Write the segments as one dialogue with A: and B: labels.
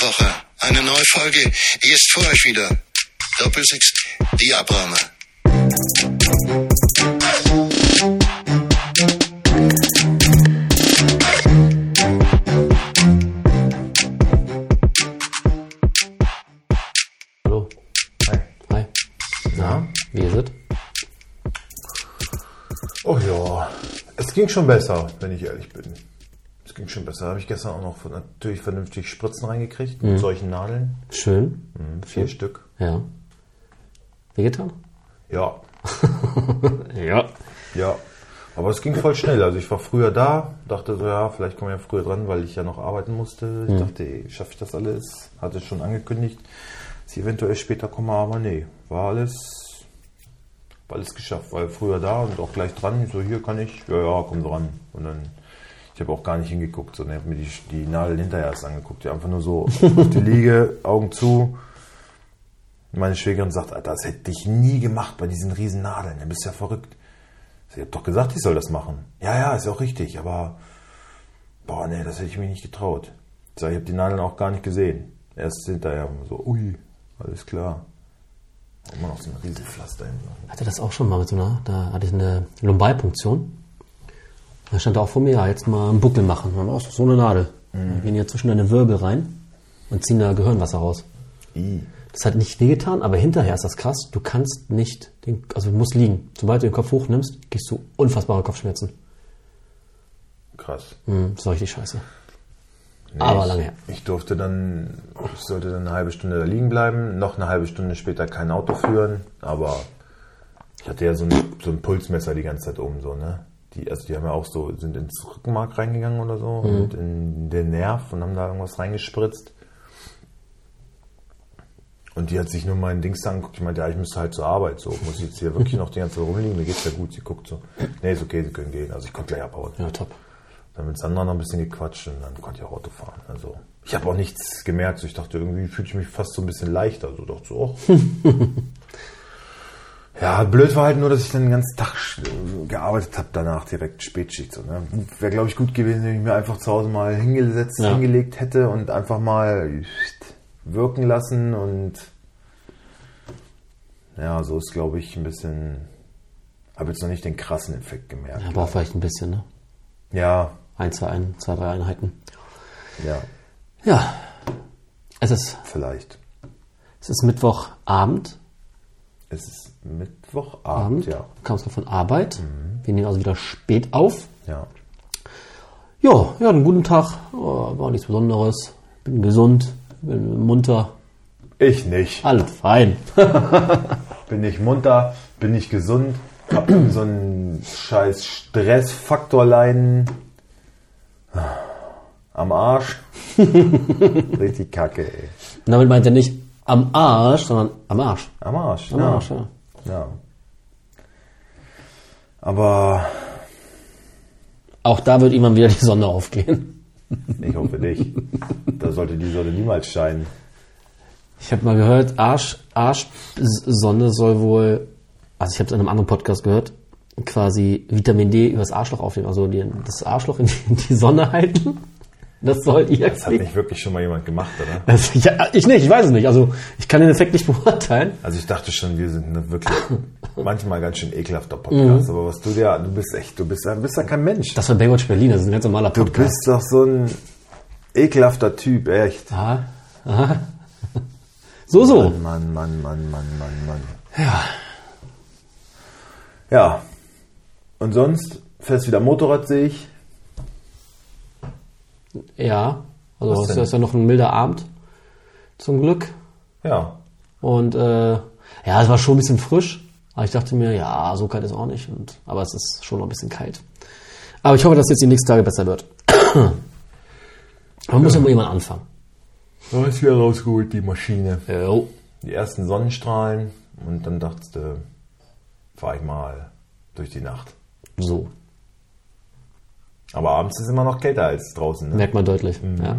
A: Woche eine neue Folge. Die ist für euch wieder. Doppelsechs Diabrahme.
B: Hallo. Hi. Hi. Na, wie ist es?
C: Oh ja, es ging schon besser, wenn ich ehrlich bin. Es ging schon besser. Da habe ich gestern auch noch natürlich vernünftig Spritzen reingekriegt mit solchen Nadeln.
B: Schön.
C: Mhm, vier Stück.
B: Ja. Vegeta?
C: Ja,
B: Ja.
C: ja. Aber es ging voll schnell. Also ich war früher da, dachte so, ja, vielleicht komme ich ja früher dran, weil ich ja noch arbeiten musste. Ich dachte, ey, schaffe ich das alles? Hatte schon angekündigt, dass ich eventuell später komme, aber nee, war alles, war alles geschafft. War früher da und auch gleich dran. Ich So, hier kann ich, ja, ja, komm dran. Und dann, ich habe auch gar nicht hingeguckt, sondern ich habe mir die, die Nadel hinterher erst angeguckt. Ja, einfach nur so auf die Liege, Augen zu. Meine Schwägerin sagt, Alter, das hätte ich nie gemacht bei diesen riesen Nadeln. Du bist ja verrückt. Ich habe doch gesagt, ich soll das machen. Ja, ja, ist ja auch richtig, aber boah, nee, das hätte ich mir nicht getraut. Ich sag, ich habe die Nadeln auch gar nicht gesehen. Erst hinterher so, ui, alles klar. Immer noch so ein Riesenpflaster hinten.
B: Ich hatte das auch schon mal mit so einer, da hatte ich eine Lumbalpunktion. Da stand auch vor mir, ja, jetzt mal einen Buckel machen. Dann auch so eine Nadel. Mhm. Gehen hier zwischen deine Wirbel rein und ziehen da Gehirnwasser raus.
C: I.
B: Das hat nicht wehgetan, aber hinterher ist das krass. Du kannst nicht, den, also du musst liegen. Sobald du den Kopf hochnimmst, kriegst du unfassbare Kopfschmerzen.
C: Krass.
B: Mhm, das war richtig scheiße. aber
C: ich,
B: lange her.
C: Ich durfte dann, ich sollte dann eine halbe Stunde da liegen bleiben, noch eine halbe Stunde später kein Auto führen, aber ich hatte ja so ein, so ein Pulsmesser die ganze Zeit oben so, ne? Die, also die haben ja auch so, sind ins Rückenmark reingegangen oder so
B: Mhm.
C: und in den Nerv und haben da irgendwas reingespritzt. Und die hat sich nur meinen Dings angeguckt. Ich meinte, ja, ich müsste halt zur Arbeit. So, muss ich jetzt hier wirklich noch die ganze Zeit rumliegen? Mir geht's ja gut. Sie guckt so, nee, ist okay, sie können gehen. Also ich konnte gleich abhauen.
B: Ja, top.
C: Dann mit Sandra noch ein bisschen gequatscht und dann konnte ich auch Auto fahren. Also ich habe auch nichts gemerkt. So, ich dachte, irgendwie fühlte ich mich fast so ein bisschen leichter. So dachte so, oh. ja, blöd war halt nur, dass ich dann den ganzen Tag sch- gearbeitet habe danach direkt Spätschicht. So, ne? Wäre glaube ich gut gewesen, wenn ich mir einfach zu Hause mal hingesetzt,
B: Ja.
C: hingelegt hätte und einfach mal wirken lassen und ja, so ist glaube ich ein bisschen. Habe jetzt noch nicht den krassen Effekt gemerkt.
B: Ja, braucht vielleicht ein bisschen, ne?
C: Ja,
B: Ein, zwei, ein, zwei, drei Einheiten.
C: ja,
B: Ja, es ist,
C: vielleicht.
B: es ist Mittwochabend.
C: Es ist Mittwochabend, ja. Mhm.
B: Kam es von Arbeit. Wir nehmen also wieder spät auf.
C: Ja.
B: Ja, ja, einen guten Tag. Oh, war nichts Besonderes. Bin gesund, bin munter.
C: Ich nicht.
B: Alles fein.
C: Bin nicht munter, bin nicht gesund, hab so einen scheiß Stressfaktor leiden. Am Arsch. Richtig kacke, ey.
B: Und damit meint er nicht am Arsch, sondern am Arsch.
C: Am Arsch,
B: Am
C: ja.
B: Arsch, ja.
C: ja. Aber
B: Auch da wird ihm dann wieder die Sonne aufgehen.
C: ich hoffe nicht. Da sollte die Sonne niemals scheinen.
B: Ich habe mal gehört, Arsch, Arschsonne soll wohl, also ich habe es in einem anderen Podcast gehört, quasi Vitamin D übers Arschloch aufnehmen. Also die, das Arschloch in die, in die Sonne halten. Das soll ihr
C: Das hat nicht wirklich schon mal jemand gemacht, oder?
B: Also, ja, ich nicht, ich weiß es nicht. Also ich kann den Effekt nicht beurteilen.
C: Also ich dachte schon, wir sind eine wirklich manchmal ganz schön ekelhafter Podcast, aber was du ja, du bist echt, du bist, ja- bist ja kein Mensch.
B: Das war Baywatch Berlin, das ist ein ganz normaler
C: du
B: Podcast.
C: bist doch so ein ekelhafter Typ, echt.
B: Aha. Aha. So, so.
C: Mann, Mann, Mann, Mann, Mann, Mann. Oh. Ja. Ja. Und sonst fährst wieder Motorrad, sehe ich.
B: Ja. Also
C: Was
B: es
C: denn?
B: ist ja noch ein milder Abend. Zum Glück.
C: Ja.
B: Und äh, ja, es war schon ein bisschen frisch. Aber ich dachte mir, ja, so kalt ist auch nicht. Und, aber es ist schon noch ein bisschen kalt. Aber ich hoffe, dass jetzt die nächsten Tage besser wird. Man muss ja mal jemand anfangen.
C: Du hast wieder rausgeholt, die Maschine.
B: Jo.
C: Die ersten Sonnenstrahlen und dann dachtest du, fahr ich mal durch die Nacht.
B: So.
C: Aber abends ist immer noch kälter als draußen. Ne?
B: Merkt man deutlich. Ja.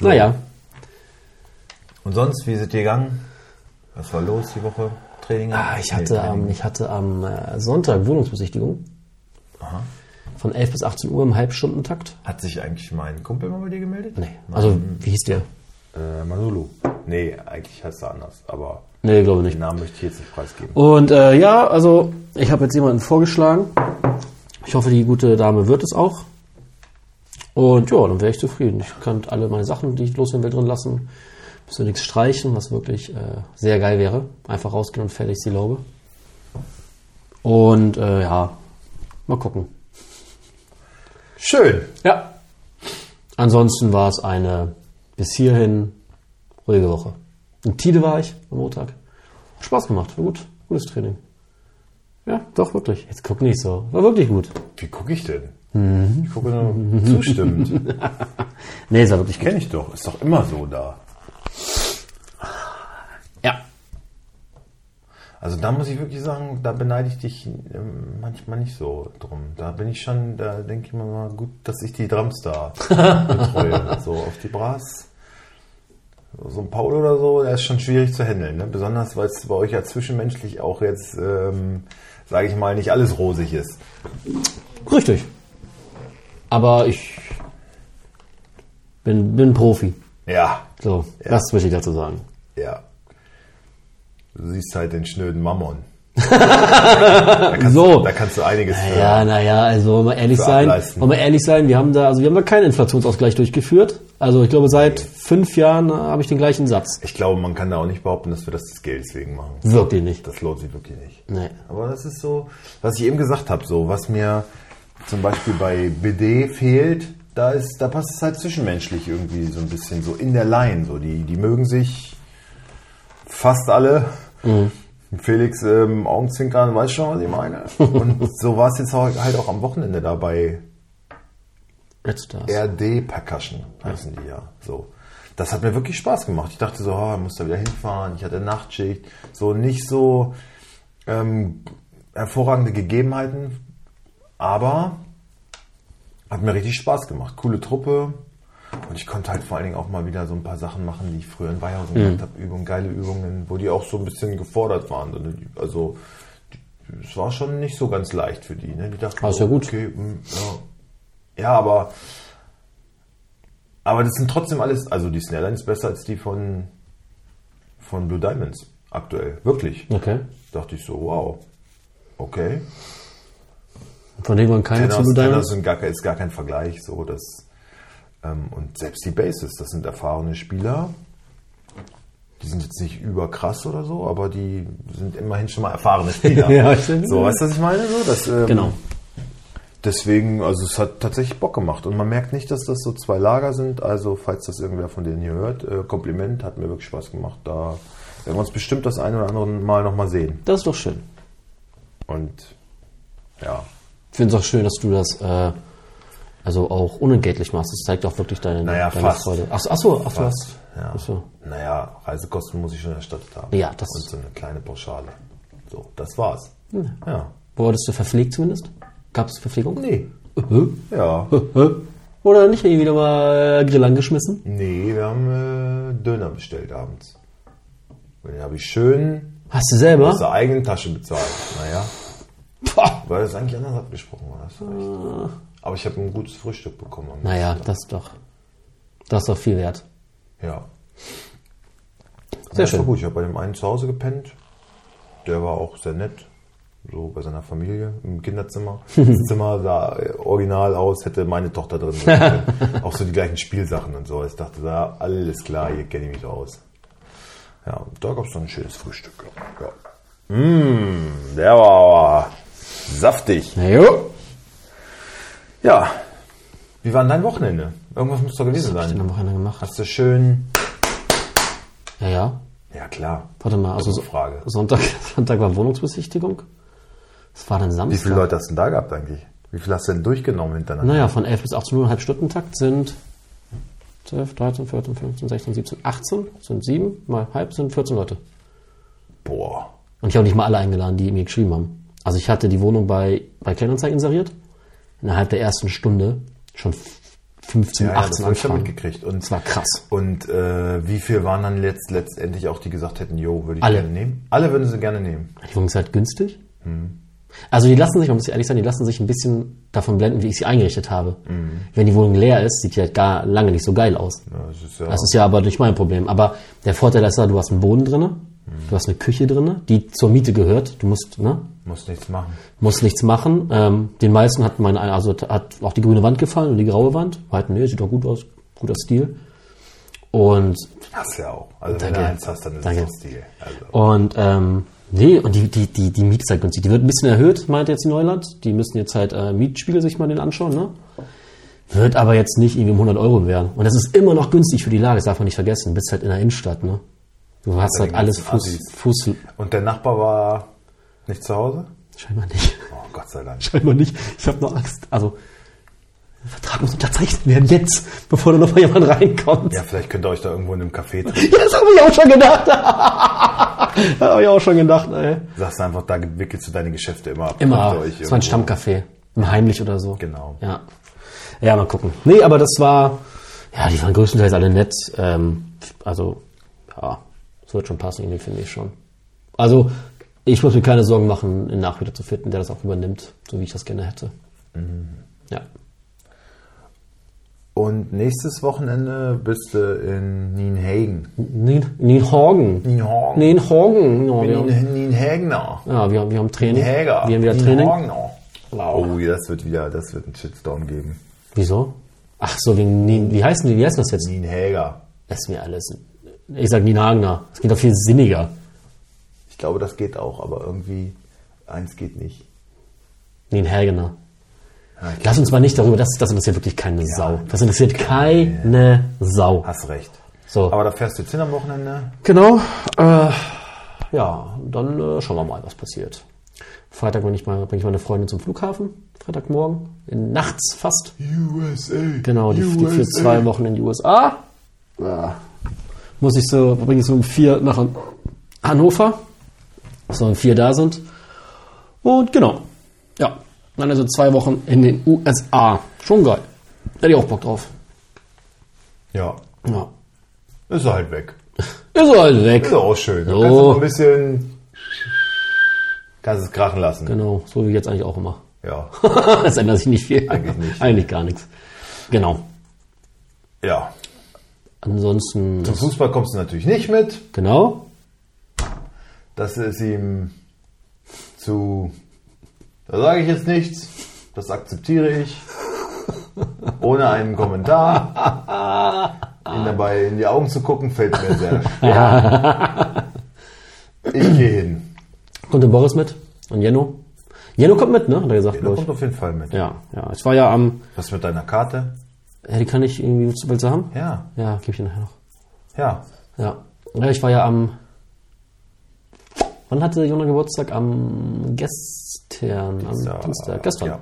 B: Naja.
C: Und sonst, wie sind die gegangen? Was war los die Woche? Training?
B: Ah, ich hatte,
C: Nee, Training.
B: am, ich hatte am äh, Sonntag Wohnungsbesichtigung. Von 11 bis 18 Uhr im Halbstundentakt.
C: Hat sich eigentlich mein Kumpel mal bei dir gemeldet?
B: Nee. Also, wie hieß der?
C: Äh, Manolo. Nee, eigentlich heißt er anders, aber
B: Nee, glaube nicht.
C: den Namen möchte ich jetzt nicht preisgeben.
B: Und äh, ja, also ich habe jetzt jemanden vorgeschlagen. Ich hoffe, die gute Dame wird es auch. Und ja, dann wäre ich zufrieden. Ich könnte alle meine Sachen, die ich loswerden will, drin lassen. Müsste nichts streichen, was wirklich äh, sehr geil wäre. Einfach rausgehen und fertig ist die Laube. Und äh, ja, mal gucken.
C: Schön.
B: Ja. Ansonsten war es eine bis hierhin ruhige Woche. In Tide war ich am Montag. Hat Spaß gemacht, war gut. Gutes Training. Ja, doch, wirklich. Jetzt guck nicht so. War wirklich gut.
C: Wie gucke ich denn?
B: Mhm.
C: Ich gucke nur zustimmt.
B: Nee, es war wirklich gut.
C: Kenne ich doch. Ist doch immer so da.
B: Ja.
C: Also da muss ich wirklich sagen, da beneide ich dich ähm, manchmal nicht so drum. Da bin ich schon, da denke ich mir mal, gut, dass ich die Drums da betreue. so auf die Brass. So ein Paul oder so, der ist schon schwierig zu handeln. Ne? Besonders, weil es bei euch ja zwischenmenschlich auch jetzt, ähm, sage ich mal, nicht alles rosig ist.
B: Richtig. Aber ich bin, bin Profi.
C: Ja,
B: So,
C: Ja.
B: das möchte ich dazu sagen.
C: ja. Du siehst halt den schnöden Mammon.
B: So.
C: Da kannst du einiges hören.
B: Ja, naja, also wollen wir ehrlich
C: Für
B: sein,
C: ableisten.
B: wollen wir ehrlich sein, wir haben da, also wir haben da keinen Inflationsausgleich durchgeführt. Also ich glaube, seit fünf Jahren äh, habe ich den gleichen Satz.
C: Ich glaube, man kann da auch nicht behaupten, dass wir das des Geldes wegen machen.
B: Wirklich nicht.
C: Das lohnt sich wirklich nicht.
B: Nee.
C: Aber das ist so, was ich eben gesagt habe, so was mir zum Beispiel bei BD fehlt, da ist, da passt es halt zwischenmenschlich irgendwie so ein bisschen so in der Line. So die, die mögen sich fast alle. Felix ähm, Augenzwinkern, weiß schon, was ich meine. Und so war es jetzt auch- halt auch am Wochenende da bei
B: Red Stars.
C: RD Percussion heißen die ja. So. Das hat mir wirklich Spaß gemacht. Ich dachte so, ah, ich muss da wieder hinfahren. Ich hatte Nachtschicht. So nicht so ähm, hervorragende Gegebenheiten, aber hat mir richtig Spaß gemacht. Coole Truppe. Und ich konnte halt vor allen Dingen auch mal wieder so ein paar Sachen machen, die ich früher in Weihhausen
B: Mhm.
C: gemacht habe. Übungen, geile Übungen, wo die auch so ein bisschen gefordert waren. Und die- Also die- es war schon nicht so ganz leicht für die. Ne? Die dachten,
B: Ah, ist ja gut.
C: okay, mm, ja. ja, aber aber das sind trotzdem alles, also die Snellline ist besser als die von, von Blue Diamonds aktuell. Wirklich.
B: Okay.
C: Dachte ich so, wow. Okay.
B: Von denen waren keine zu
C: Tenors,
B: Blue Diamonds.
C: Tenors sind gar, ke- ist gar kein Vergleich. So, das, ähm, und selbst die Bases, das sind erfahrene Spieler. Die sind jetzt nicht überkrass oder so, aber die sind immerhin schon mal erfahrene Spieler.
B: Ja, ich-
C: so, weißt du, was ich meine? So, das, ähm,
B: Genau.
C: Deswegen, also es hat tatsächlich Bock gemacht. Und man merkt nicht, dass das so zwei Lager sind. Also, falls das irgendwer von denen hier hört, äh, Kompliment, hat mir wirklich Spaß gemacht. Da werden wir uns bestimmt das eine oder andere Mal nochmal sehen.
B: Das ist doch schön.
C: Und ja,
B: Ich finde es auch schön, dass du das äh, also auch unentgeltlich machst. Das zeigt auch wirklich deine,
C: Naja,
B: deine
C: fast.
B: Freude. Ach, so- ach so, ach, du hast.
C: Fast, ja.
B: Ach so.
C: naja, Reisekosten muss ich schon erstattet haben.
B: Ja, das-
C: Und so eine kleine Pauschale. So, das war's. Ja.
B: Wo wurdest du verpflegt zumindest? Gab es Verpflegung?
C: Nee.
B: Mhm.
C: Ja.
B: Mhm. Oder nicht irgendwie wieder mal äh, Grill angeschmissen?
C: Nee, wir haben äh, Döner bestellt abends. Und Den habe ich schön
B: Hast du selber?
C: aus der eigenen Tasche bezahlt. Naja.
B: Pah.
C: Weil das eigentlich anders abgesprochen war. Hast du recht.
B: Ah.
C: Aber ich habe ein gutes Frühstück bekommen. am
B: Naja,
C: nächsten Tag.
B: das ist doch. Das ist doch viel wert.
C: Ja.
B: Sehr
C: das war
B: schön.
C: gut. Ich habe bei dem einen zu Hause gepennt. Der war auch sehr nett. So bei seiner Familie im Kinderzimmer. Das Zimmer sah äh, original aus, hätte meine Tochter drin. sein können. auch so die gleichen Spielsachen und so. Ich dachte, da alles klar, hier kenne ich mich aus. Ja, und da gab es dann ein schönes Frühstück. Ja. Mmh, der war aber saftig.
B: Na jo.
C: Ja. Wie war denn dein Wochenende? Irgendwas muss doch gewesen
B: Dann
C: sein.
B: haben wir eine gemacht.
C: Hast du schön.
B: Ja, ja.
C: Ja, klar.
B: Warte mal, also
C: Dumme Frage.
B: Sonntag, Sonntag war Wohnungsbesichtigung. Was war denn Samstag?
C: Wie viele Leute hast du denn da gehabt eigentlich? Wie viel hast du denn durchgenommen hintereinander?
B: Naja, von 11 bis 18,5 Stunden Takt sind 12, 13, 14, 15, 16, 17, 18 sind 7 mal halb sind 14 Leute.
C: Boah.
B: Und ich habe nicht mal alle eingeladen, die mir geschrieben haben. Also ich hatte die Wohnung bei, bei Kleinanzeigen inseriert. Innerhalb der ersten Stunde schon 15,
C: Ja, ja, das
B: 18
C: habe ich schon
B: Anfragen.
C: mitgekriegt. Und,
B: Das war krass.
C: und äh, wie viel waren dann letzt, letztendlich auch, die gesagt hätten, jo, würde ich
B: Alle.
C: gerne nehmen? Alle würden sie gerne nehmen.
B: Die Wohnung ist halt günstig. Also die lassen sich, man muss ehrlich sein, die lassen sich ein bisschen davon blenden, wie ich sie eingerichtet habe. Wenn die Wohnung leer ist, sieht die halt gar lange nicht so geil aus.
C: Ja, das ist ja,
B: Das ist ja aber nicht mein Problem. Aber der Vorteil ist ja, du hast einen Boden drinne, du hast eine Küche drinne, die zur Miete gehört. Du musst, ne,
C: muss nichts machen.
B: musst nichts machen. Ähm, den meisten hat meine, also hat auch die grüne Wand gefallen und die graue Wand. Halt, nee, sieht doch gut aus, guter Stil. Und
C: Hast ja auch. Also wenn
B: Danke.
C: du eins hast, dann ist
B: Danke.
C: es auch Stil. Also,
B: Und ähm, nee, und die, die, die, die Miete ist halt günstig. Die wird ein bisschen erhöht, meint jetzt die Neuland. Die müssen jetzt halt äh, Mietspiegel sich mal den anschauen, ne? Wird aber jetzt nicht irgendwie um 100 Euro werden. Und das ist immer noch günstig für die Lage, das darf man nicht vergessen. Du bist halt in der Innenstadt, ne? Du hast
C: Ja, die
B: halt alles
C: ganzen
B: Fuß,
C: Assis.
B: Fuß...
C: und der Nachbar war nicht zu Hause?
B: Scheinbar nicht.
C: Oh, Gott sei Dank.
B: Scheinbar nicht. Ich habe noch Angst. Also, der Vertrag muss unterzeichnet werden jetzt, bevor da noch mal jemand reinkommt.
C: Ja, vielleicht könnt ihr euch da irgendwo in einem Café treffen.
B: Ja, das habe ich auch schon gedacht. das habe ich auch schon gedacht, ey.
C: Sagst du einfach, da wickelst du deine Geschäfte immer ab.
B: Immer.
C: Trefft ihr euch
B: Das war ein
C: irgendwo.
B: Stammcafé. Im Heimlich oder so.
C: Genau.
B: Ja. Ja, mal gucken. Nee, aber das war, ja, die waren größtenteils alle nett. Ähm, also, ja, es wird schon passen, irgendwie finde ich schon. Also, ich muss mir keine Sorgen machen, einen Nachmieter zu finden, der das auch übernimmt, so wie ich das gerne hätte.
C: Mhm.
B: Ja.
C: Und nächstes Wochenende bist du in Nienhagen.
B: Nien- Nienhagen.
C: Nienhagen.
B: Nienhagen. Ja, wir haben,
C: Nien- Nienhagener.
B: ja, wir haben, wir haben Training.
C: Nienhager.
B: Wir haben wieder Training.
C: Nienhagener. Oh, das wird wieder, das wird einen Shitstorm geben.
B: Wieso? Ach so, wegen Nien, wie heißen die, wie heißt das jetzt?
C: Nienhager.
B: Das ist mir alles. Ich sag Nienhagener. Das klingt doch viel sinniger.
C: Ich glaube, das geht auch, aber irgendwie eins geht nicht.
B: Nienhagener. Lass uns mal nicht darüber, das, das interessiert wirklich keine Sau. Das interessiert keine Sau.
C: Hast recht.
B: So.
C: Aber da fährst du jetzt hin am Wochenende.
B: Genau. Äh, ja, dann äh, schauen wir mal, was passiert. Freitag bringe ich, mal, bring ich meine Freundin zum Flughafen. Freitagmorgen. In, nachts fast.
C: USA.
B: Genau, die, die für zwei Wochen in die USA. Ja. Muss ich so, bringe ich so um vier nach Han- Hannover. So um vier da sind. Und genau. Ja. Dann also zwei Wochen in den USA. Schon geil. Da hätte ich auch Bock drauf.
C: Ja.
B: Ja.
C: Ist er halt weg.
B: Ist halt
C: Ist
B: weg.
C: doch auch schön. Du
B: So.
C: kannst auch ein bisschen. Kannst es krachen lassen.
B: Genau, so wie jetzt eigentlich auch immer.
C: Ja.
B: Es ändert sich nicht viel.
C: Eigentlich nicht.
B: Eigentlich gar nichts. Genau.
C: Ja.
B: Ansonsten.
C: Zum Fußball kommst du natürlich nicht mit.
B: Genau.
C: Das ist ihm zu. Da sage ich jetzt nichts. Das akzeptiere ich. Ohne einen Kommentar. Ihn dabei in die Augen zu gucken, fällt mir sehr schwer. Ich gehe hin.
B: Kommt der Boris mit? Und Jenno? Jenno kommt mit, ne? Hat er gesagt,
C: Da
B: glaube ich.
C: kommt auf jeden Fall mit.
B: Ja, ja. Ich war ja am.
C: Was mit deiner Karte?
B: Ja, die kann ich irgendwie zu Bild haben?
C: Ja,
B: Ja, gebe ich dir nachher noch.
C: ja.
B: Ja. ja. Ich war ja am. Wann hatte Jona Geburtstag? Am gestern, am
C: Ja,
B: Dienstag, gestern.
C: Ja.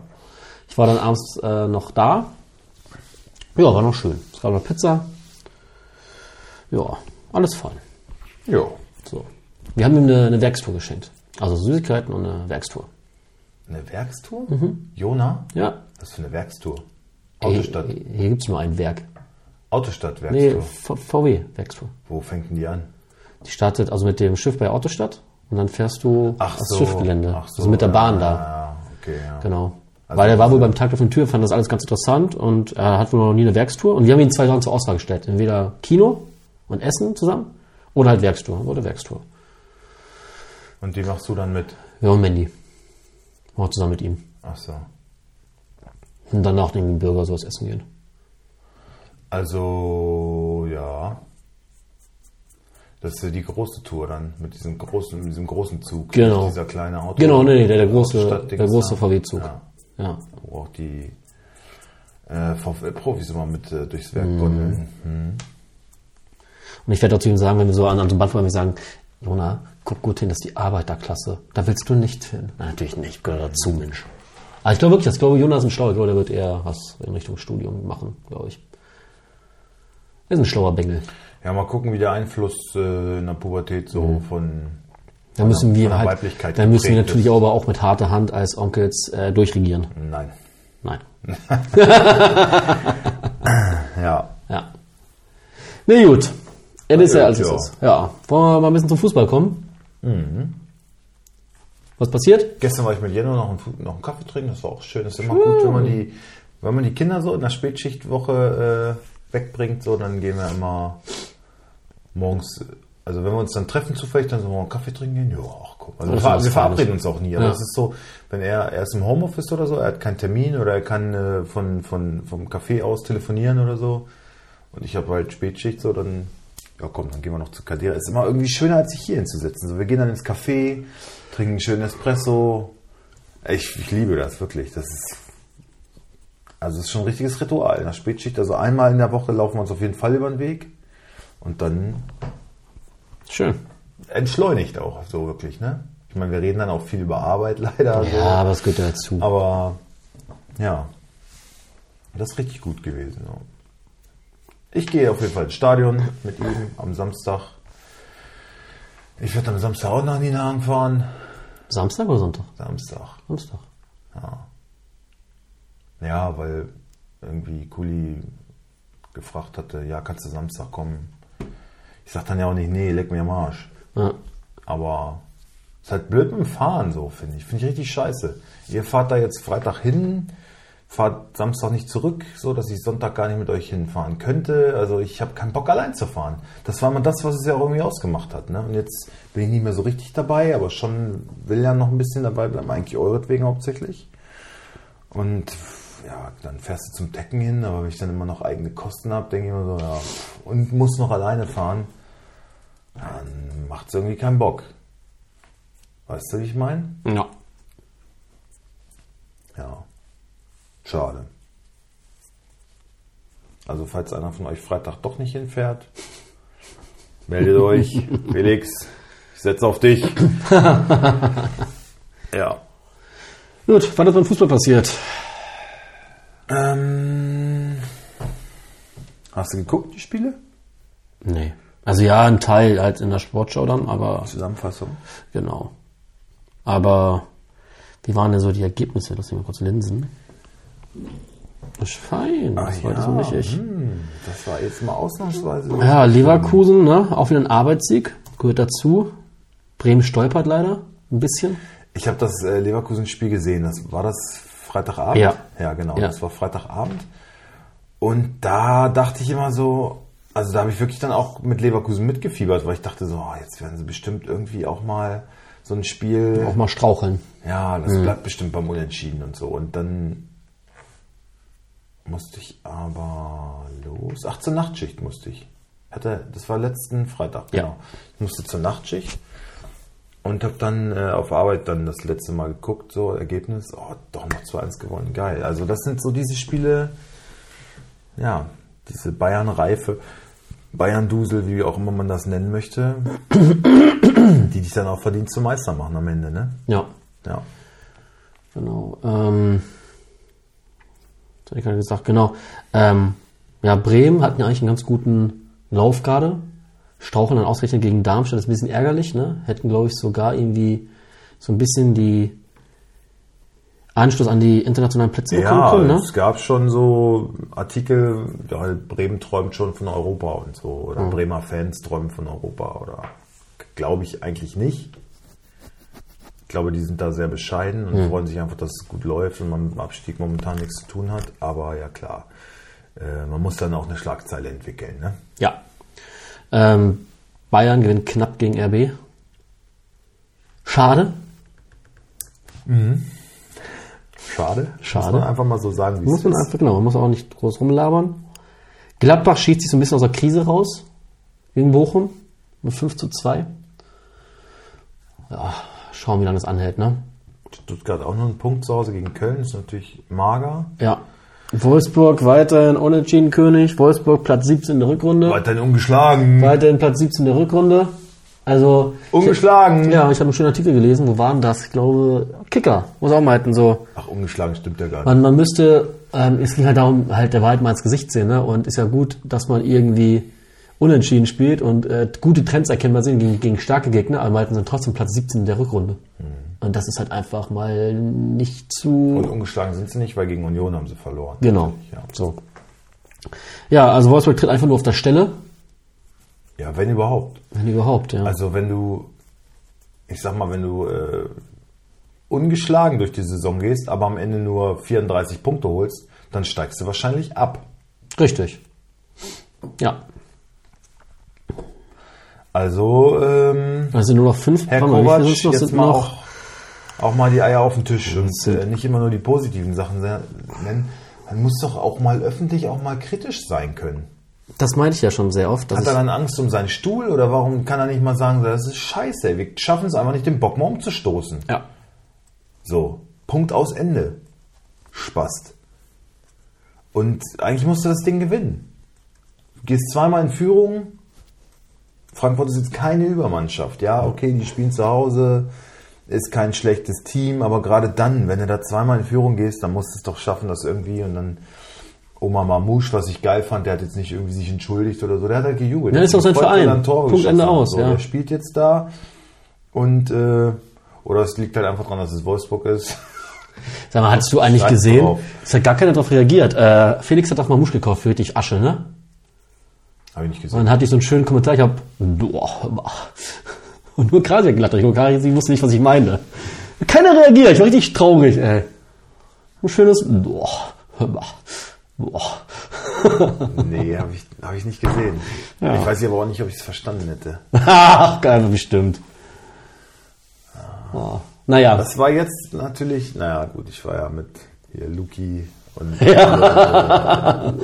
B: Ich war dann abends äh, noch da. Ja, war noch schön. Es gab noch Pizza. Ja, alles fein.
C: Jo.
B: So. Wir haben ihm eine, eine Werkstour geschenkt. Also Süßigkeiten und eine Werkstour.
C: Eine Werkstour? Jona?
B: Ja.
C: Was für eine Werkstour? Autostadt.
B: Hier, hier gibt es nur ein Werk. Nee,
C: Autostadt-Werkstour.
B: V- VW-Werkstour.
C: Wo fängt denn die an?
B: Die startet also mit dem Schiff bei Autostadt und dann fährst du aufs Schiffgelände.
C: Ach so. Also
B: also mit der Bahn da.
C: Ah, okay, ja.
B: Genau. Weil er war wohl beim Tag der offenen Tür, fand das alles ganz interessant und er hat wohl noch nie eine Werkstour. Und wir haben ihn zwei Sachen zur Auswahl gestellt. Entweder Kino und Essen zusammen oder halt Werkstour. Oder Werkstour.
C: Und die machst du dann mit?
B: Ja, und Mandy. Auch zusammen mit ihm.
C: Ach so.
B: Und danach den Bürger so was essen gehen.
C: Also, ja. Das ist ja die große Tour dann, mit diesem großen, mit diesem großen Zug.
B: Genau.
C: Dieser kleine Auto.
B: Genau, nee, nee, der, der große,
C: Stadtdings
B: der große
C: da.
B: VW-Zug.
C: Ja.
B: Ja.
C: Wo auch die äh, VfL-Profis immer mit äh, durchs Werk
B: Mhm.
C: gondeln.
B: Und ich werde dazu ihm sagen, wenn wir so an unserem Band waren, wir sagen, Jona, guck gut hin, das ist die Arbeiterklasse. Da willst du nicht hin. Na, natürlich nicht, gehört dazu, Mensch. Aber ich glaube wirklich, ich glaube, Jona ist ein schlauer, ich glaube, der wird eher was in Richtung Studium machen, glaube ich. Er ist ein schlauer Bengel.
C: Ja, mal gucken, wie der Einfluss äh, in der Pubertät so
B: Mhm.
C: von.
B: Da müssen wir
C: von der
B: halt,
C: Weiblichkeit
B: da müssen wir
C: geprägt
B: natürlich aber auch mit harter Hand als Onkels äh, durchregieren.
C: Nein.
B: Nein.
C: Ja.
B: Ja. Nee, gut. Er ist ja,
C: gut,
B: als es
C: ja. Mhm.
B: ist. Ja. Wollen wir mal ein bisschen zum Fußball kommen? Was passiert?
C: Gestern war ich mit Jeno noch einen, Fu- noch einen Kaffee trinken, das war auch schön. Das ist immer gut, wenn man die, wenn man die Kinder so in der Spätschichtwoche äh, wegbringt, so, dann gehen wir immer morgens, also wenn wir uns dann treffen zufällig, dann sollen wir einen Kaffee trinken gehen. Ja, ach komm. Also wir,
B: Das
C: ver
B: ist
C: wir verabreden
B: alles.
C: uns auch nie. Also
B: Ja.
C: das ist so, wenn er, er ist im Homeoffice oder so, er hat keinen Termin oder er kann äh, von, von, vom Café aus telefonieren oder so. Und ich habe halt Spätschicht, so dann, ja komm, dann gehen wir noch zu Cadera. Ist immer irgendwie schöner, als sich hier hinzusetzen. So, wir gehen dann ins Café, trinken einen schönen Espresso. Ich, ich liebe das wirklich. Das ist, also es ist schon ein richtiges Ritual in der Spätschicht. Also einmal in der Woche laufen wir uns auf jeden Fall über den Weg. Und dann
B: Schön.
C: entschleunigt auch, so wirklich, ne? Ich meine, wir reden dann auch viel über Arbeit leider.
B: Ja, aber es gehört dazu.
C: So. Aber ja, das ist richtig gut gewesen. Ja. Ich gehe auf jeden Fall ins Stadion mit ihm am Samstag. Ich werde am Samstag auch nach Nienhagen fahren.
B: Samstag oder Sonntag?
C: Samstag.
B: Samstag.
C: Ja, weil irgendwie Kuli gefragt hatte, ja, kannst du Samstag kommen? Ich sag dann ja auch nicht, nee, leck mir am Arsch.
B: Ja.
C: Aber ist halt blöd mit dem Fahren so, finde ich. Finde ich richtig scheiße. Ihr fahrt da jetzt Freitag hin, fahrt Samstag nicht zurück, so dass ich Sonntag gar nicht mit euch hinfahren könnte. Also ich habe keinen Bock allein zu fahren. Das war immer das, was es ja auch irgendwie ausgemacht hat. Ne? Und jetzt bin ich nicht mehr so richtig dabei, aber schon will ja noch ein bisschen dabei bleiben. Eigentlich euretwegen hauptsächlich. Und ja, dann fährst du zum Tecken hin, aber wenn ich dann immer noch eigene Kosten habe, denke ich immer so, ja, und muss noch alleine fahren, dann macht es irgendwie keinen Bock. Weißt du, wie ich meine?
B: ja.
C: Ja. Schade. Also, falls einer von euch Freitag doch nicht hinfährt, meldet euch. Felix, ich setze auf dich. ja.
B: Gut, wann hat beim Fußball passiert?
C: Ähm, hast du geguckt, die Spiele?
B: Nee. Also ja, ein Teil halt in der Sportschau dann, aber
C: Zusammenfassung.
B: genau. Aber wie waren denn so die Ergebnisse? Lass mich mal kurz linsen. Fein, das war das so richtig.
C: Hm, das war jetzt mal ausnahmsweise.
B: Ja, Leverkusen, ne? Auch wieder ein Arbeitssieg, gehört dazu. Bremen stolpert leider ein bisschen.
C: Ich habe das äh, Leverkusen-Spiel gesehen. Das war das Freitagabend.
B: Ja.
C: ja genau.
B: Ja.
C: Das war Freitagabend. Und da dachte ich immer so, also da habe ich wirklich dann auch mit Leverkusen mitgefiebert, weil ich dachte so, oh, jetzt werden sie bestimmt irgendwie auch mal so ein Spiel.
B: Auch mal straucheln.
C: Ja, das bleibt bestimmt beim Unentschieden und so. Und dann musste ich aber los. Ach, zur Nachtschicht musste ich. Hatte, das war letzten Freitag,
B: Ja.
C: genau. Ich musste zur Nachtschicht und habe dann äh, auf Arbeit dann das letzte Mal geguckt, so Ergebnis. Oh, doch noch 2-1 gewonnen, geil. Also das sind so diese Spiele, ja, diese Bayern-Reife, Bayern-Dusel, wie auch immer man das nennen möchte, die dich dann auch verdient zum Meister machen am Ende, ne?
B: Ja,
C: Ja.
B: Genau. Ähm, das hatte ich gerade gesagt, genau. Ähm, ja, Bremen hatten ja eigentlich einen ganz guten Lauf gerade. Strauchen dann ausgerechnet gegen Darmstadt, ist ein bisschen ärgerlich, ne? Hätten, glaube ich, sogar irgendwie so ein bisschen die Anschluss an die internationalen Plätze bekommen
C: Ja,
B: können, ne?
C: es gab schon so Artikel, ja, Bremen träumt schon von Europa und so. Oder
B: Mhm.
C: Bremer Fans träumen von Europa. Oder glaube ich eigentlich nicht. Ich glaube, die sind da sehr bescheiden und
B: Mhm.
C: freuen sich einfach, dass es gut läuft und man mit dem Abstieg momentan nichts zu tun hat. Aber ja klar, äh, man muss dann auch eine Schlagzeile entwickeln. Ne?
B: Ja. Ähm, Bayern gewinnt knapp gegen RB. Schade.
C: Schade.
B: Schade.
C: Muss man einfach mal so sagen, wie
B: Muss
C: es
B: man
C: ist.
B: einfach, genau, man muss auch nicht groß rumlabern. Gladbach schießt sich so ein bisschen aus der Krise raus gegen Bochum mit 5 zu 2. Ja, schauen, wie lange das anhält, ne?
C: Stuttgart auch nur einen Punkt zu Hause gegen Köln, ist natürlich mager.
B: Ja. Wolfsburg weiterhin unentschieden König. Wolfsburg Platz 17 in der Rückrunde.
C: Weiterhin ungeschlagen.
B: Weiterhin Platz 17 in der Rückrunde. Also.
C: Ungeschlagen.
B: Ja, ich habe einen schönen Artikel gelesen. Wo waren das? Ich glaube, Kicker. Muss auch mal halten, so.
C: Ach, ungeschlagen stimmt ja gar nicht.
B: Man, man müsste, ähm, es ging halt darum, halt der Wald mal ins Gesicht sehen, ne? Und ist ja gut, dass man irgendwie unentschieden spielt und äh, gute Trends erkennbar sind gegen, gegen starke Gegner, aber Malten sind trotzdem Platz 17 in der Rückrunde.
C: Mhm.
B: Und das ist halt einfach mal nicht zu.
C: Und ungeschlagen sind sie nicht, weil gegen Union haben sie verloren.
B: Genau.
C: Ja,
B: So. Ja, also Wolfsburg tritt einfach nur auf der Stelle,
C: ja wenn überhaupt.
B: wenn überhaupt, ja.
C: Also wenn du, ich sag mal, wenn du äh, ungeschlagen durch die Saison gehst, aber am Ende nur 34 Punkte holst, dann steigst du wahrscheinlich ab.
B: Richtig. Ja.
C: Also, ähm,
B: Also nur noch fünf.
C: Herr
B: Warte mal, wie
C: Kovac,
B: viele sind's noch?
C: jetzt
B: Sind
C: mal
B: noch-
C: auch, auch mal die Eier auf den Tisch und äh, nicht immer nur die positiven Sachen se- nennen. Man muss doch auch mal öffentlich auch mal kritisch sein können.
B: Das meinte ich ja schon sehr oft. Das
C: Hat er
B: ist,
C: dann Angst um seinen Stuhl oder warum kann er nicht mal sagen, das ist scheiße, wir schaffen es einfach nicht, den Bock mal umzustoßen.
B: ja.
C: So, Punkt aus Ende. Spast. Und eigentlich musst du das Ding gewinnen. Du gehst zweimal in Führung. Frankfurt ist jetzt keine Übermannschaft. Ja, okay, die spielen zu Hause, ist kein schlechtes Team, aber gerade dann, wenn du da zweimal in Führung gehst, dann musst du es doch schaffen, das irgendwie und dann. Oma Mamouche, was ich geil fand, der hat jetzt nicht irgendwie sich entschuldigt oder so, der hat halt gejubelt.
B: Ja, ist auch sein
C: Freut, weil er
B: Verein.
C: dann Tore
B: Punkt, Ende
C: geschossen hat.
B: aus,
C: so,
B: ja.
C: Der spielt jetzt da und äh, oder es liegt halt einfach dran, dass es Wolfsburg ist.
B: Sag mal, hattest du eigentlich
C: Scheiß
B: gesehen?
C: drauf.
B: Es hat gar keiner darauf reagiert. Äh, Felix hat doch mal Musch gekauft für richtig Asche, ne?
C: Habe ich nicht gesehen.
B: Und dann hatte ich so einen schönen Kommentar. Ich hab, boah, boah. und nur Krasi hat gelacht. Ich Krasi, sie wusste nicht, was ich meine. Keiner reagiert. Ich war richtig traurig, ey. Ein schönes, boah, boah, boah.
C: Nee, habe ich, hab ich nicht gesehen.
B: Ja.
C: Ich weiß aber auch nicht, ob ich es verstanden hätte.
B: Ach, geil, bestimmt. Oh. Naja,
C: Das war jetzt natürlich, naja gut, ich war ja mit hier Luki und
B: boah,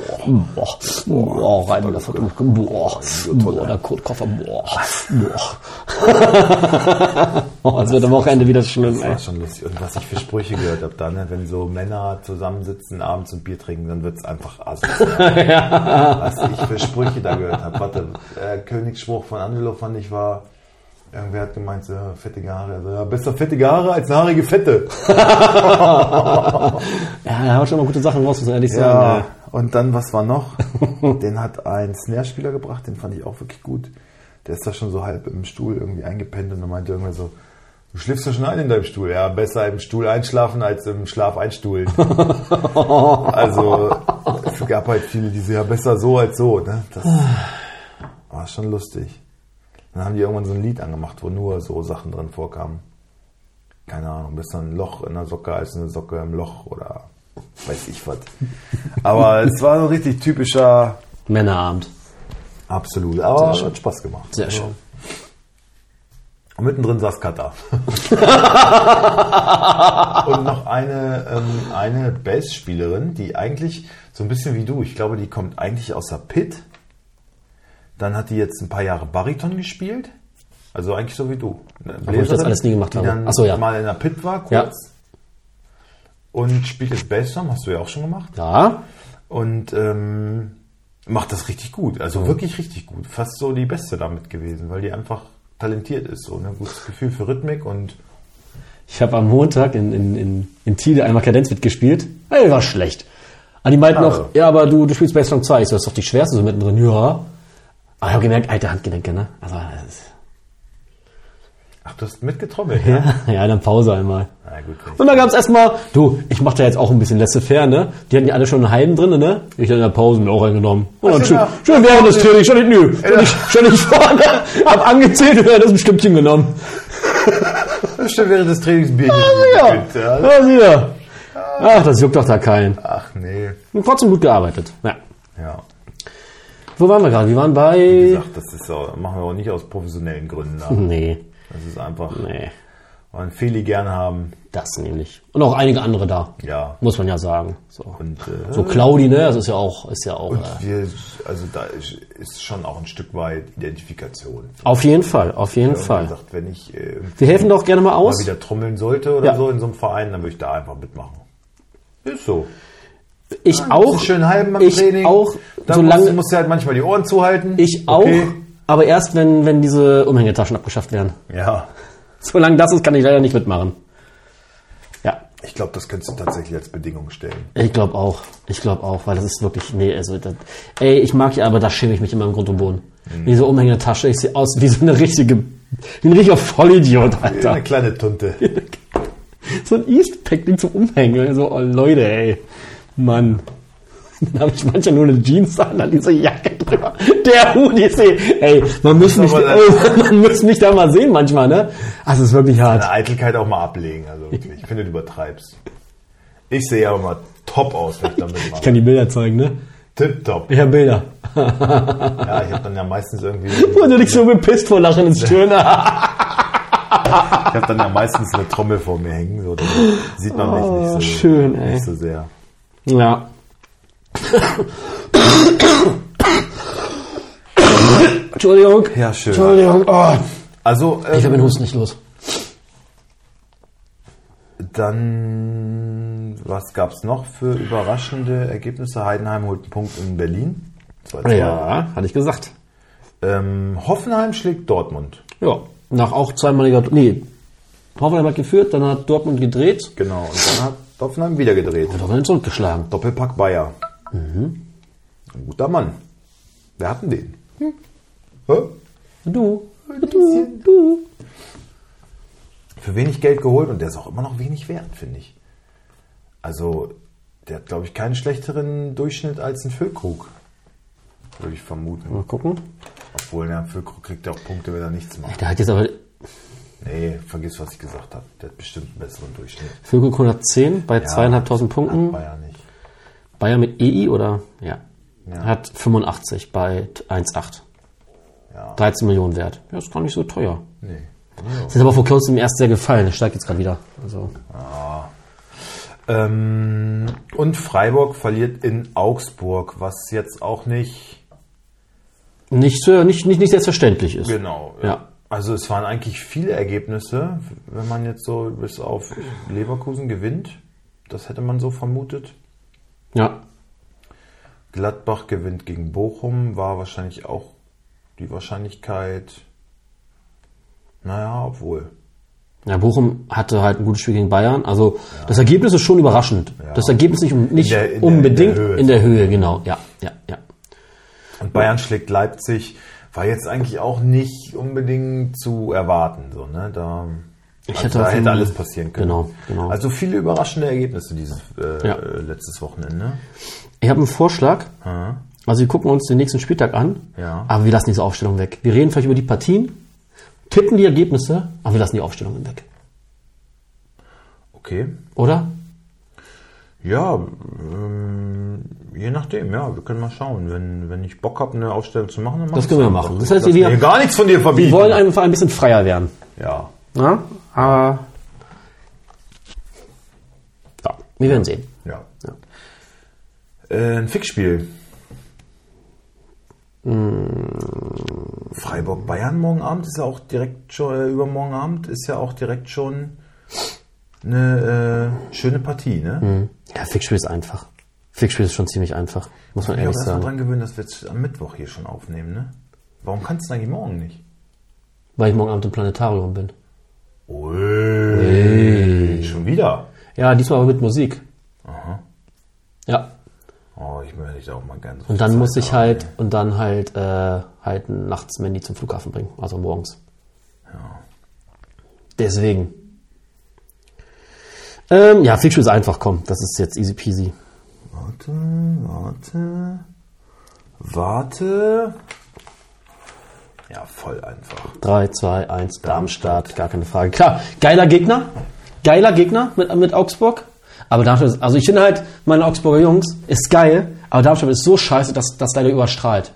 B: boah, rein in das Vertrug, boah, boah, der Kotkoffer, boah, boah. Oh, es wird am Wochenende wieder schlimm,
C: das
B: ey.
C: war schon lustig. Und was ich für Sprüche gehört habe dann, ne? wenn so Männer zusammensitzen abends und Bier trinken, dann wird's einfach asozial. Was ich für Sprüche da gehört habe. Warte, äh, Königsspruch von Angelo fand ich war, irgendwer hat gemeint, so, fettige Haare. Also, ja, besser fettige Haare als eine haarige Fette.
B: Ja, er haut schon mal gute Sachen raus, muss man ehrlich sagen.
C: Ja, und dann, was war noch? den hat ein Snare-Spieler gebracht, den fand ich auch wirklich gut. Der ist da schon so halb im Stuhl irgendwie eingepennt und dann meinte irgendwer so, du schläfst ja schon ein in deinem Stuhl. Ja, besser im Stuhl einschlafen als im Schlaf einstuhlen. also, es gab halt viele, die so, ja, besser so als so. Ne? Das war schon lustig. Dann haben die irgendwann so ein Lied angemacht, wo nur so Sachen drin vorkamen. Keine Ahnung, besser ein Loch in der Socke als eine Socke im Loch oder weiß ich was. Aber es war so ein richtig typischer,
B: Männerabend.
C: absolut. Aber es hat Spaß gemacht.
B: Sehr schön.
C: Und mittendrin saß Katar. und noch eine, ähm, eine Bass-Spielerin, die eigentlich so ein bisschen wie du, ich glaube, die kommt eigentlich aus der Pit. Dann hat die jetzt ein paar Jahre Bariton gespielt. Also eigentlich so wie du. Eine
B: ich das
C: Bläserin,
B: alles nie gemacht
C: die
B: habe.
C: Dann
B: Ach so, ja.
C: mal in der Pit war kurz.
B: Ja.
C: Und spielt jetzt Bassdrum, hast du ja auch schon gemacht.
B: Ja,
C: Und ähm, macht das richtig gut. Also wirklich richtig gut. Fast so die Beste damit gewesen, weil die einfach talentiert ist. So ein gutes Gefühl für Rhythmik und
B: ich habe am Montag in, in, in, in Tide einmal Kadenzwit gespielt. Ey, war schlecht. Und die meinten
C: Also.
B: noch, ja, aber du, du spielst Bassdrum 2. Ich so, das ist doch die schwerste so mittendrin. Ja. Aber ich habe gemerkt, alte Handgelenke, ne? Also, das ist-
C: Ach, du hast mitgetrommelt, ja?
B: ja, dann Pause einmal.
C: Na gut.
B: Und dann gab's erstmal, du, ich mach da jetzt auch ein bisschen laissez-faire, ne? Die hatten ja alle schon einen Halben drin, ne? Ich hab in der Pause mir auch reingenommen. Und dann
C: Ach,
B: schön,
C: ja.
B: schön während des Trainings, schon nicht nü, schon nicht, schon nicht vorne. Hab angezählt und dann das ein Stückchen genommen.
C: Das stimmt während des Trainings ein Bier
B: Ja,
C: nicht Ah, ja.
B: ja sieh da. Ach, das juckt doch da keinen.
C: Ach nee.
B: Und trotzdem gut gearbeitet. Ja.
C: Ja.
B: Wo waren wir gerade? Wir waren
C: Wie
B: bei...
C: gesagt, das ist auch, machen wir auch nicht aus professionellen Gründen. da.
B: Nee,
C: Das ist einfach,
B: nee,
C: wollen Feli gern haben.
B: das nämlich. Und auch einige andere da,
C: Ja.
B: muss man ja sagen. So,
C: Und, äh,
B: so Claudi, ne? Das ist ja auch, ist ja auch... äh,
C: wir, also da ist, ist schon auch ein Stück weit Identifikation.
B: auf jeden Fall, auf jeden
C: Und wie
B: Fall.
C: gesagt, wenn ich äh,
B: Wir helfen doch gerne mal
C: mal
B: aus.
C: wieder trommeln sollte oder
B: Ja.
C: so in so einem Verein, dann würde ich da einfach mitmachen. Ist so.
B: Ich auch.
C: schön halben beim
B: ich
C: Training.
B: auch.
C: Dann musst,
B: solange
C: du- musst du halt manchmal die Ohren zuhalten.
B: ich auch.
C: Okay.
B: Aber erst wenn wenn diese Umhängetaschen abgeschafft werden.
C: Ja.
B: Solange das ist, kann ich leider nicht mitmachen. Ja,
C: Ich glaube, das könntest du tatsächlich als Bedingung stellen.
B: ich glaube auch. Ich glaube auch, weil das ist wirklich nee, also das, ey, ich mag ja, aber da schäme ich mich immer im Grund und Boden.
C: Mhm.
B: Diese Umhängetasche, ich sehe aus wie so eine richtige wie ein richtiger Vollidiot, Alter.
C: Eine kleine Tunte.
B: So ein Eastpack Ding zum Umhängen, so oh, Leute, ey. Mann. Dann habe ich manchmal nur eine Jeans an, dann diese Jacke Bremer. Der UDC. Ey, man muss, mich,
C: aber
B: ey, man muss mich da mal sehen manchmal, ne? Also es ist wirklich hart.
C: Deine Eitelkeit auch mal ablegen. Also wirklich. Ich finde, du übertreibst. Ich sehe aber mal top aus, wenn ich damit
B: Ich kann
C: mache.
B: die Bilder zeigen, ne?
C: Tipptopp.
B: Ich habe Bilder.
C: Ja, ich habe dann ja meistens irgendwie.
B: Und du liegst so bepisst vor Lachen ins Stöhnen.
C: Ich habe dann ja meistens eine Trommel vor mir hängen. So, dann sieht man mich nicht so,
B: Oh, schön, ey.
C: Nicht so sehr.
B: Ja. Entschuldigung.
C: Ja, schön.
B: Entschuldigung. Oh,
C: Also,
B: ich habe
C: ähm,
B: den Husten nicht los.
C: dann, was gab's noch für überraschende Ergebnisse? Heidenheim holt einen Punkt in Berlin. 2-2.
B: Ja, hatte ich gesagt.
C: Ähm, Hoffenheim schlägt Dortmund.
B: Ja. Nach auch zweimaliger. Nee. Hoffenheim hat geführt, dann hat Dortmund gedreht.
C: Genau. Und dann hat Hoffenheim wieder gedreht.
B: Hat Hoffenheim zurückgeschlagen.
C: Doppelpack Bayer.
B: Mhm.
C: Ein guter Mann. Wer hat denn den?
B: Hm.
C: Hä?
B: Du. Du. Du.
C: Für wenig Geld geholt und der ist auch immer noch wenig wert, finde ich. Also, der hat, glaube ich, keinen schlechteren Durchschnitt als ein Füllkrug. Würde ich vermuten.
B: Mal gucken.
C: Obwohl, ja, Füllkrug kriegt ja auch Punkte, wenn er nichts macht.
B: Der hat jetzt aber.
C: Nee, vergiss, was ich gesagt habe. Der hat bestimmt einen besseren Durchschnitt.
B: Vögel 110 bei zweieinhalbtausend
C: Hat
B: Punkten.
C: Bayer nicht.
B: Bayern mit EI oder? Ja.
C: Ja.
B: Hat 85 bei 1,8.
C: Ja.
B: 13 Millionen wert. Ja, ist gar nicht so teuer.
C: Nee.
B: Ist aber vor kurzem erst sehr gefallen. Das steigt jetzt gerade wieder. Also,
C: Ähm, und Freiburg verliert in Augsburg, was jetzt auch nicht.
B: nicht, so- äh, nicht, nicht, nicht selbstverständlich ist.
C: Genau.
B: Ja.
C: Also es waren eigentlich viele Ergebnisse, wenn man jetzt so bis auf Leverkusen gewinnt. Das hätte man so vermutet.
B: Ja.
C: Gladbach gewinnt gegen Bochum, war wahrscheinlich auch die Wahrscheinlichkeit. Naja, obwohl.
B: ja. Bochum hatte halt ein gutes Spiel gegen Bayern. Also, das Ergebnis ist schon überraschend. Das Ergebnis nicht, um- nicht
C: In der- in der- in der
B: unbedingt
C: Höhe.
B: in der Höhe, genau. Ja, ja, ja.
C: Und Bayern schlägt Leipzig, war jetzt eigentlich auch nicht unbedingt zu erwarten. So, ne? Da,
B: Ich
C: also
B: hätte
C: da
B: auf jeden
C: hätte
B: Fall-
C: alles passieren können.
B: Genau, genau.
C: Also viele überraschende Ergebnisse dieses äh,
B: Ja.
C: äh, letztes Wochenende.
B: Ich habe einen Vorschlag.
C: Hm.
B: Also, wir gucken uns den nächsten Spieltag an.
C: Ja.
B: Aber wir lassen diese Aufstellung weg. Wir reden vielleicht über die Partien, tippen die Ergebnisse, aber wir lassen die Aufstellungen weg.
C: Okay.
B: Oder?
C: Ja, ähm, je nachdem, ja, wir können mal schauen. Wenn, wenn ich Bock habe, eine Aufstellung zu machen, dann machen
B: Das können wir
C: wir's
B: machen.
C: einfach.
B: Das heißt,
C: Ich
B: wir-
C: lass mir gar nichts von dir verbieten.
B: Wir wollen einfach ein bisschen freier werden.
C: ja.
B: Na? Aber. Ja, wir werden sehen.
C: Ja. Äh, ein Fickspiel.
B: Hm.
C: Freiburg Bayern morgen Abend ist ja auch direkt schon äh, übermorgen Abend ist ja auch direkt schon eine äh, schöne Partie, ne?
B: Ja, Fickspiel ist einfach. Fickspiel ist schon ziemlich einfach, muss man
C: Ich
B: ehrlich
C: muss erstmal
B: sagen.
C: dran gewöhnen, dass wir jetzt am Mittwoch hier schon aufnehmen, ne? Warum kannst du eigentlich morgen nicht?
B: Weil ich morgen Abend im Planetarium bin.
C: Ui. Schon wieder.
B: Ja, diesmal aber mit Musik. Ja.
C: Oh, ich möchte dich auch mal gerne so.
B: Und dann muss ich halt und dann halt äh, halt nachts Mandy zum Flughafen bringen, also morgens. Deswegen. Ähm, ja, Fickspiel ist einfach, komm, das ist jetzt easy peasy.
C: Warte, warte. Warte. Ja, voll einfach.
B: 3, 2, 1, Darmstadt, gar keine Frage. Klar, geiler Gegner, geiler Gegner mit, mit Augsburg. Aber Darmstadt ist, also ich finde halt, meine Augsburger Jungs ist geil, aber Darmstadt ist so scheiße, dass das leider überstrahlt.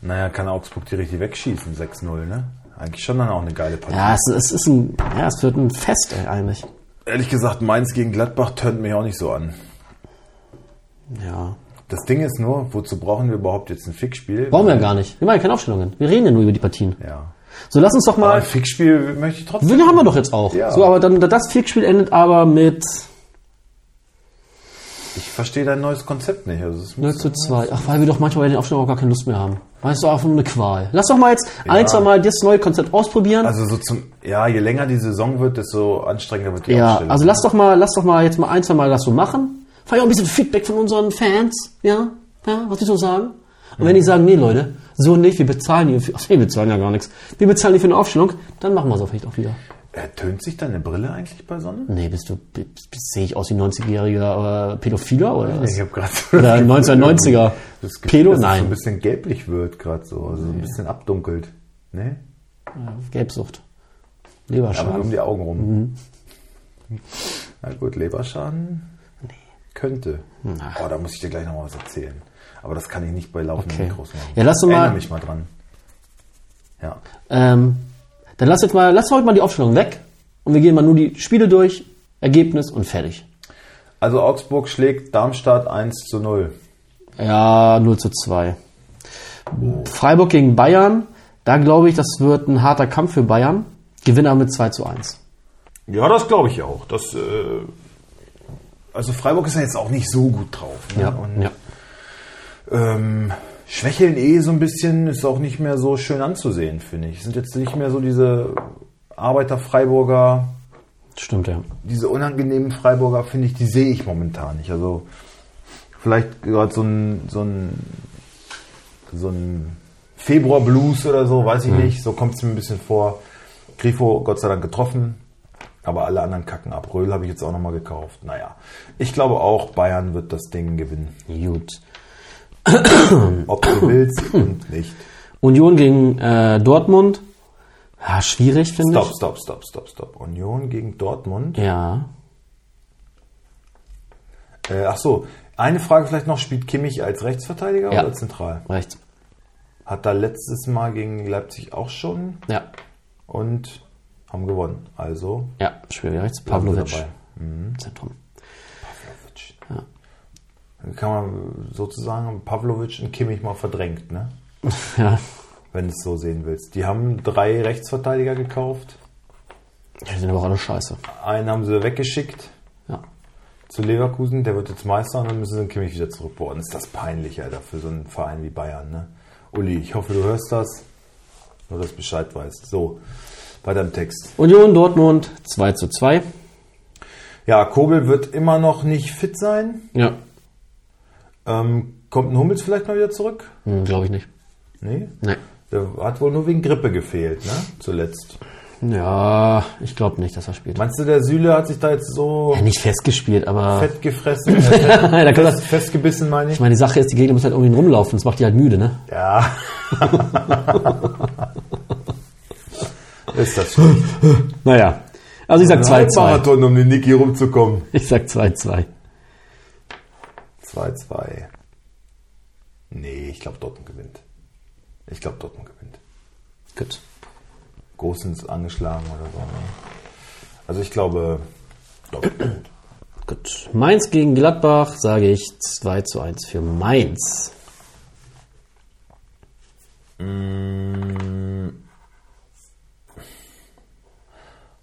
C: Naja, kann Augsburg die richtig wegschießen, 6-0, ne? Eigentlich schon dann auch eine geile Partie.
B: Ja, es, es ist ein, ja, es wird ein Fest ey, eigentlich.
C: Ehrlich gesagt, Mainz gegen Gladbach tönt mich auch nicht so an.
B: Ja.
C: Das Ding ist nur, wozu brauchen wir überhaupt jetzt ein Fickspiel?
B: Brauchen wir ja gar nicht. Wir machen ja keine Aufstellungen. Wir reden ja nur über die Partien.
C: Ja.
B: So, lass uns doch
C: Aber ein
B: mal,
C: Fickspiel möchte ich trotzdem.
B: Wille haben wir doch jetzt auch.
C: Ja.
B: So, aber dann, das Fickspiel endet aber mit
C: Ich verstehe dein neues Konzept nicht. Also es
B: 0
C: muss,
B: zu 2. Ach, weil wir doch manchmal bei den Aufstellungen auch gar keine Lust mehr haben. Weißt du, einfach nur eine Qual. Lass doch mal jetzt ein, zwei Mal das neue Konzept ausprobieren.
C: also so zum, ja, je länger die Saison wird, desto anstrengender wird die
B: Ja,
C: Aufstellung.
B: also lass doch mal, lass doch mal jetzt mal ein, zwei Mal das so machen. Vielleicht auch ein bisschen Feedback von unseren Fans, ja, ja, was die so sagen. Und wenn die sagen, nee, Leute, so nicht, wir bezahlen die, für, ach, nee, wir bezahlen ja gar nichts, wir bezahlen die für eine Aufstellung, dann machen wir es auch vielleicht auch wieder.
C: Ertönt Äh, sich deine Brille eigentlich bei Sonne?
B: Nee, bist du, b- b- sehe ich aus wie 90-jähriger äh, Pädophiler oder was?
C: Ich habe gerade
B: Oder 1990er.
C: das
B: Pedo,
C: dass es so
B: nein.
C: ein bisschen gelblich wird gerade so, also so ein bisschen abdunkelt. Ne?
B: Gelbsucht.
C: Aber nur um
B: Leberschaden.
C: die Augen rum.
B: Mhm.
C: Na gut, Leberschaden? Könnte. Oh, da muss ich dir gleich nochmal was erzählen. Aber das kann ich nicht bei laufenden
B: Okay.
C: Mikros machen.
B: Ja, lass doch mal-
C: Erinnere mich mal dran. Ja.
B: Ähm, dann lass jetzt mal, lass heute mal die Aufstellung weg und wir gehen mal nur die Spiele durch, Ergebnis und fertig.
C: Also Augsburg schlägt Darmstadt 1 zu 0.
B: Ja, 0 zu 2. Freiburg gegen Bayern, da glaube ich, das wird ein harter Kampf für Bayern. Gewinner mit 2 zu 1.
C: Ja, das glaube ich auch. Das, äh, also Freiburg ist ja jetzt auch nicht so gut drauf. Ne? Und,
B: ja.
C: Ähm, schwächeln eh so ein bisschen, ist auch nicht mehr so schön anzusehen, finde ich. Sind jetzt nicht mehr so diese Arbeiter-Freiburger,
B: Stimmt, ja.
C: diese unangenehmen Freiburger, finde ich, die sehe ich momentan nicht. Also vielleicht gerade so ein, so ein, so ein Februar-Blues oder so, weiß ich nicht. So kommt es mir ein bisschen vor. Grifo, Gott sei Dank getroffen. Aber alle anderen kacken ab. Röhl habe ich jetzt auch nochmal gekauft. Naja, ich glaube auch, Bayern wird das Ding gewinnen.
B: Gut.
C: Ob du willst und nicht.
B: Union gegen äh, Dortmund. Ja, schwierig, finde
C: Stopp,
B: ich.
C: stopp, stopp, stopp, stopp. Union gegen Dortmund.
B: Ja.
C: Äh, ach so, eine Frage vielleicht noch. Spielt Kimmich als Rechtsverteidiger
B: Ja.
C: oder zentral?
B: Rechts.
C: Hat da letztes Mal gegen Leipzig auch schon
B: Ja.
C: und haben gewonnen. Also
B: Ja, schwierig rechts.
C: bleiben wir
B: Pavlovic. Zentrum.
C: Kann man sozusagen Pavlovic und Kimmich mal verdrängt, ne?
B: Ja.
C: Wenn du es so sehen willst. Die haben drei Rechtsverteidiger gekauft.
B: Die sind aber auch alle scheiße.
C: Einen haben sie weggeschickt
B: Ja.
C: zu Leverkusen. Der wird jetzt Meister und dann müssen sie den Kimmich wieder zurückbauen. Ist das peinlich, Alter, für so einen Verein wie Bayern, ne? Uli, ich hoffe, du hörst das. Nur, dass du Bescheid weißt. So, weiter im Text.
B: Union Dortmund 2 zu 2.
C: Ja, Kobel wird immer noch nicht fit sein.
B: Ja.
C: Ähm, kommt ein Hummels vielleicht mal wieder zurück?
B: Hm, Glaube ich nicht.
C: Nee.
B: Nee.
C: Der hat wohl nur wegen Grippe gefehlt, ne? Zuletzt.
B: Ja, ich glaube nicht, dass er spielt.
C: Meinst du, der Süle hat sich da jetzt so
B: Ja, nicht festgespielt, aber.
C: fett gefressen, äh, fett,
B: Nein, da kann das,
C: festgebissen, meine
B: ich
C: ich?
B: meine, die Sache ist, die Gegner müssen halt irgendwie rumlaufen. Das macht die halt müde, ne?
C: Ja. Ist das schlimm?
B: Naja. Also ich sag 2-2.
C: Marathon, um den Niki rumzukommen.
B: Ich sag 2-2.
C: 2-2. Nee, ich glaube, Dortmund gewinnt. Ich glaube, Dortmund gewinnt.
B: Gut.
C: Großens angeschlagen oder so. Ne? Also ich glaube, Dortmund.
B: Gut. Mainz gegen Gladbach sage ich 2 zu 1 für Mainz.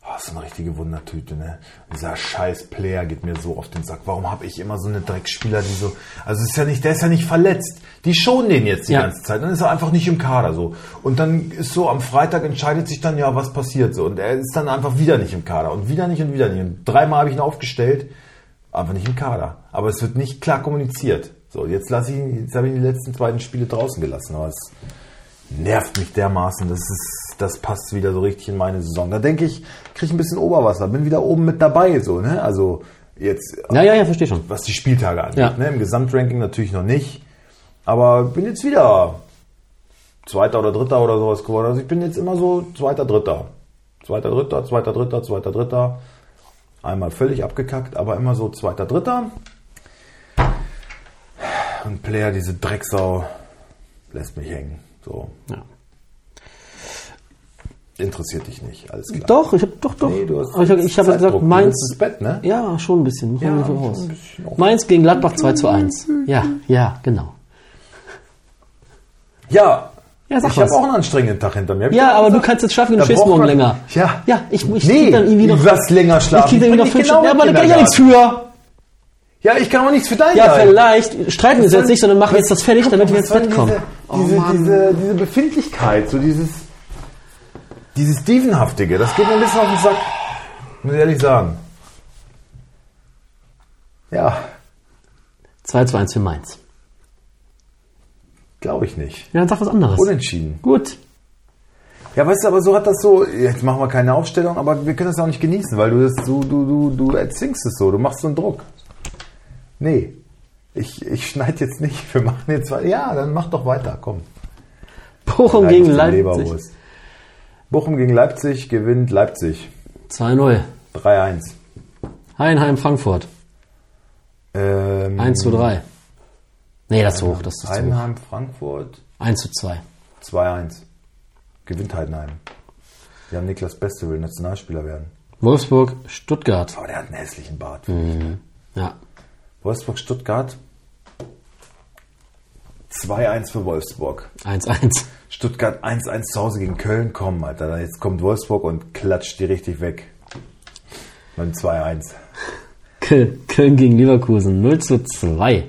C: Oh, ist eine richtige Wundertüte, ne? Dieser scheiß Player geht mir so auf den Sack. Warum habe ich immer so eine Dreckspieler, die so. Also es ist ja nicht, der ist ja nicht verletzt. Die schonen den jetzt die
B: Ja.
C: ganze Zeit. Dann ist er einfach nicht im Kader so. Und dann ist so, am Freitag entscheidet sich dann ja, was passiert so. Und er ist dann einfach wieder nicht im Kader. Und wieder nicht und wieder nicht. Und dreimal habe ich ihn aufgestellt, einfach nicht im Kader. Aber es wird nicht klar kommuniziert. So, jetzt lasse ich ihn, jetzt habe ich ihn die letzten beiden Spiele draußen gelassen. Aber es nervt mich dermaßen. Das, ist, das passt wieder so richtig in meine Saison. Da denke ich, kriege ich ein bisschen Oberwasser, bin wieder oben mit dabei. So, ne? Also jetzt,
B: Ja, ja, ja, verstehe schon.
C: was die Spieltage angeht.
B: Ja.
C: Ne? Im Gesamtranking natürlich noch nicht. Aber bin jetzt wieder Zweiter oder Dritter oder sowas geworden. Also ich bin jetzt immer so Zweiter, Dritter. Zweiter, Dritter, Zweiter, Dritter, Zweiter, Dritter. Einmal völlig abgekackt, aber immer so Zweiter, Dritter. Und Player, diese Drecksau, lässt mich hängen. So,
B: Ja.
C: interessiert dich nicht, alles klar.
B: Doch, ich habe doch, doch.
C: Nee, du hast
B: Aber ich habe ich hab halt
C: Zeitdruck.
B: gesagt,
C: Du
B: Mainz.
C: willst ins Bett, ne?
B: Ja, schon ein bisschen. Machen wir
C: Ja,
B: nicht
C: schon
B: raus.
C: ein bisschen auch.
B: Mainz gegen Gladbach 2 zu 1. Ja, ja, genau.
C: Ja,
B: Ja, sag
C: ich habe
B: was.
C: auch einen anstrengenden Tag hinter mir. Hab ich
B: Ja,
C: dir
B: aber du
C: gesagt?
B: kannst jetzt schlafen, du
C: Da
B: schläfst
C: braucht
B: morgen
C: man-
B: länger.
C: Ja.
B: Ja, ich, ich
C: nee,
B: krieg dann irgendwie noch.
C: was länger
B: ich
C: schlafen.
B: krieg dann irgendwie noch
C: bin
B: fünf
C: genau
B: Stunden. Ja,
C: im
B: aber da kann ich ja nichts für.
C: Ja, ich kann auch nichts für dein
B: Ja,
C: sein.
B: vielleicht. Streiten wir es jetzt nicht, sondern machen wir jetzt das fertig,
C: Guck
B: damit
C: mal,
B: wir ins
C: was
B: Bett
C: war
B: kommen. Oh
C: Diese, diese, diese, diese Befindlichkeit, so dieses, dieses Dievenhaftige, das geht mir ein bisschen auf den Sack. Muss ich ehrlich sagen. Ja,
B: 2 zu 1 für Mainz.
C: glaube ich nicht.
B: Ja, dann sag was anderes.
C: Unentschieden.
B: Gut.
C: Ja, weißt du, aber so hat das so, jetzt machen wir keine Aufstellung, aber wir können das auch nicht genießen, weil du das, du, du, du, du erzwingst es so, du machst so einen Druck. Nee. ich, ich schneide jetzt nicht, wir machen jetzt weiter. Ja, dann mach doch weiter, komm.
B: Bochum gegen Leipzig.
C: Leberwurst. Bochum gegen Leipzig gewinnt Leipzig
B: 2-0.
C: 3-1.
B: Heinheim, Frankfurt.
C: Ähm,
B: 1 zu 3. Nee, das ist hoch, das ist zu hoch.
C: Heidenheim, Frankfurt
B: 1 zu 2.
C: 2-1. Gewinnt Heidenheim. Die haben Niklas Beste will Nationalspieler werden.
B: Wolfsburg, Stuttgart.
C: Aber der hat einen hässlichen Bart.
B: Ja.
C: Wolfsburg-Stuttgart 2-1 für Wolfsburg.
B: 1-1.
C: Stuttgart 1-1 zu Hause gegen Köln. Komm, Alter, jetzt kommt Wolfsburg und klatscht die richtig weg. Beim 2-1.
B: Köln, Köln gegen Leverkusen. 0 zu 2.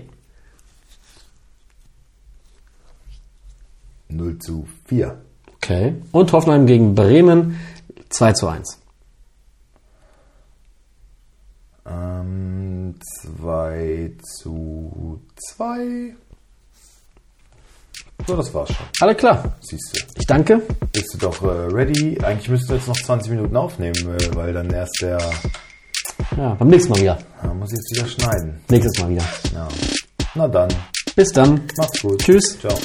C: 0 zu 4.
B: Okay. Und Hoffenheim gegen Bremen. 2 zu 1.
C: Ähm, 2 zu 2. So, das war's schon.
B: Alle klar.
C: Siehst du.
B: Ich danke.
C: Bist du doch äh, ready? Eigentlich müssten wir jetzt noch 20 Minuten aufnehmen, äh, weil dann erst der.
B: Ja, beim nächsten Mal wieder.
C: Ja, muss ich jetzt wieder schneiden.
B: Nächstes Mal wieder.
C: Ja. Na dann.
B: Bis dann.
C: Macht's gut.
B: Tschüss.
C: Ciao.